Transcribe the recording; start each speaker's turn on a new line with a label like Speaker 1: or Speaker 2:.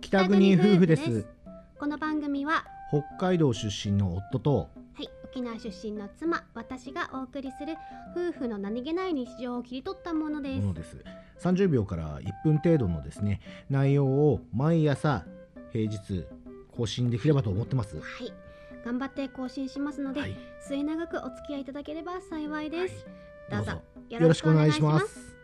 Speaker 1: 北国夫婦です
Speaker 2: 北国夫この番組は、は
Speaker 1: 北海道出身の夫と
Speaker 2: い、沖縄出身の妻、私がお送りする夫婦の何気ない日常を切り取ったもので
Speaker 1: もの
Speaker 2: す。
Speaker 1: です30秒から1分程度のですね内容を毎朝平日更新できればと思ってます
Speaker 2: はい、頑張って更新しますので、
Speaker 1: はい
Speaker 2: 末永くお付き合いいただければ幸いです。
Speaker 1: はいどう
Speaker 2: ど
Speaker 1: ぞ
Speaker 2: うぞ
Speaker 1: よろしくお願いしま
Speaker 2: よろしくお願いします